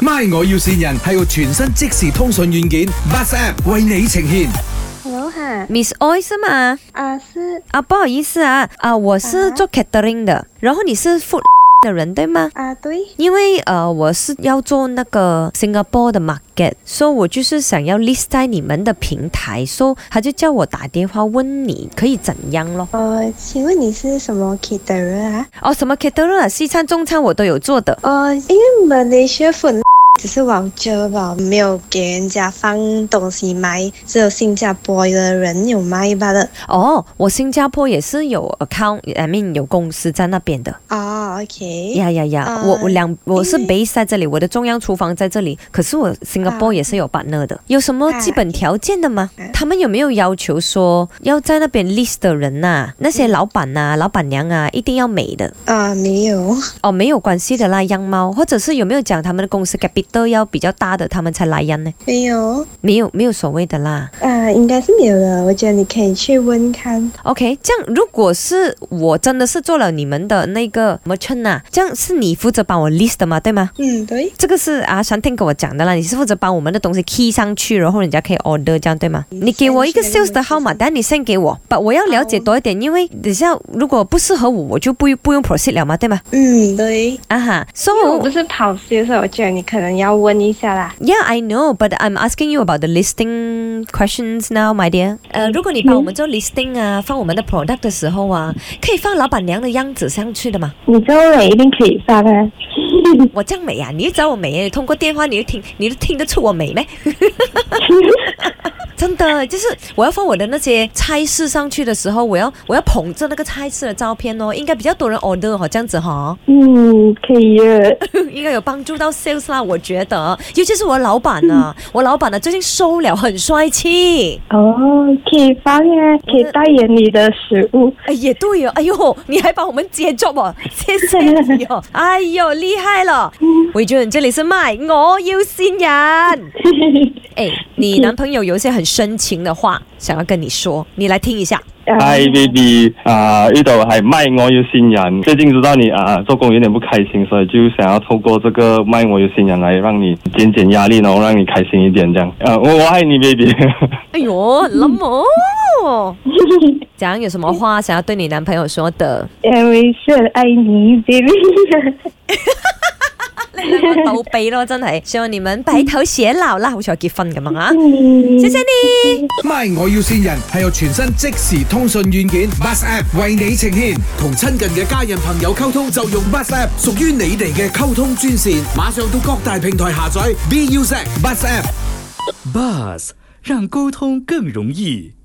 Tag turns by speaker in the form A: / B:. A: My 我要線人係個全新即時通訊軟件 Bus App 為你呈現。
B: Hello 哈，
C: Miss Oi 是吗？
B: 啊是
C: 啊，不好意思啊，啊，我是做 catering 的，然后你是 food 的人对吗？
B: 啊对，
C: 因为呃，我是要做那个 Singapore 的 market，所、以我就是想要 list 在你们的平台，所、以他就叫我打电话问你可以怎样咯。
B: 呃，请问你是什么 caterer 啊？
C: 哦，什么 catering 啊，西餐、中餐我都有做的。
B: 呃，因为 Malaysia food 只是网遮吧，没有给人家放东西卖，只有新加坡的人有卖罢了。
C: 哦，我新加坡也是有 account，I mean 有公司在那边的。
B: 哦，OK，
C: 呀呀呀！
B: 啊
C: 我我两我是
B: 因为
C: base 在这里，我的中央厨房在这里。可是我新加坡
B: 啊哎
C: 也是有 partner 的，有什么基本条件的吗
B: 啊？
C: 他们有没有要求说要在那边 list 的人呐、那
B: 嗯
C: 些老板呐、老板娘啊，一定要美的
B: 啊没有，
C: 哦，没有关系的啦，样貌，或者是有没有讲他们的公司 capital 要比较大的，他们才来样呢？
B: 没有，
C: 没有没有所谓的啦。
B: 啊应该是没有的，我觉得你可以去问看。
C: OK，这样如果是我真的是做了你们的那个 merchant 啊，这样是你负责帮我 list 的嘛，对吗？
B: 嗯对，
C: 这个是啊，闪电跟我讲的啦，你是负责帮我们的东西 key 上去，然后人家可以 order 这样对吗？你给我一个 sales 的号码，但你 send 给我，把我要了
B: 哦
C: 解多一点，因为等下如果不适合我，我就不不用 proceed 了嘛，对吗？
B: 嗯对，
C: 啊哈，so
B: 因为
D: 嗯
B: 我不是跑 sales，我觉得你可能要问一下啦。
C: Yeah, I know, but I'm asking you about the listing questions now, my dear. 呃，如果你把我们做 listing 啊，放我们的 product 的时候啊，可以放老板娘的样子上去的嘛？
B: 你周围一定可以上啊。
C: 我这样美啊，你又找我美，通过电话你又听，你都听得出我美咩？ 真的，就是我要放我的那些菜式上去的时候，我要我要捧着那个菜式的照片哦，应该比较多人 order 哦，这样子哈、哦，
D: 嗯，可以耶。
C: 应该有帮助到 sales 啦，我觉得，尤其是我老板呢、我老板啊呢最近收了，很帅气。
D: 哦，可以放耶，可以代言你的食物。
C: 哎，也对哦，哎呦，你还帮我们接 job 哦，谢谢你哦，哎呦，厉害了，伟俊，这里是麦，我要新人。哎，你男朋友有一些很深情的话想要跟你说，你来听一下。
D: 啊，
E: Hi baby，啊呢度係咪我要線人，最近知道你啊做工有點不開心，所以就想要透過這個咪我要線人來讓你減減壓力，然後讓你開心一點，這樣。啊，我我愛你 baby。
C: 哎呦，那么。讲有什么话想要对你男朋友说的？
D: 因为呃是很爱你，baby。
C: 斗鼻咯，真系希望你们白头偕老啦，好似我结婚咁樣啊！
D: 嗯
C: 谢谢你。
A: My 我要線人係個全新即時通訊軟件 Bus App 為你呈現，同親近嘅家人朋友溝通就用 Bus App，屬於你哋嘅溝通專線。馬上到各大平台下載 B U Z Bus App。
F: Buzz 让沟通更容易。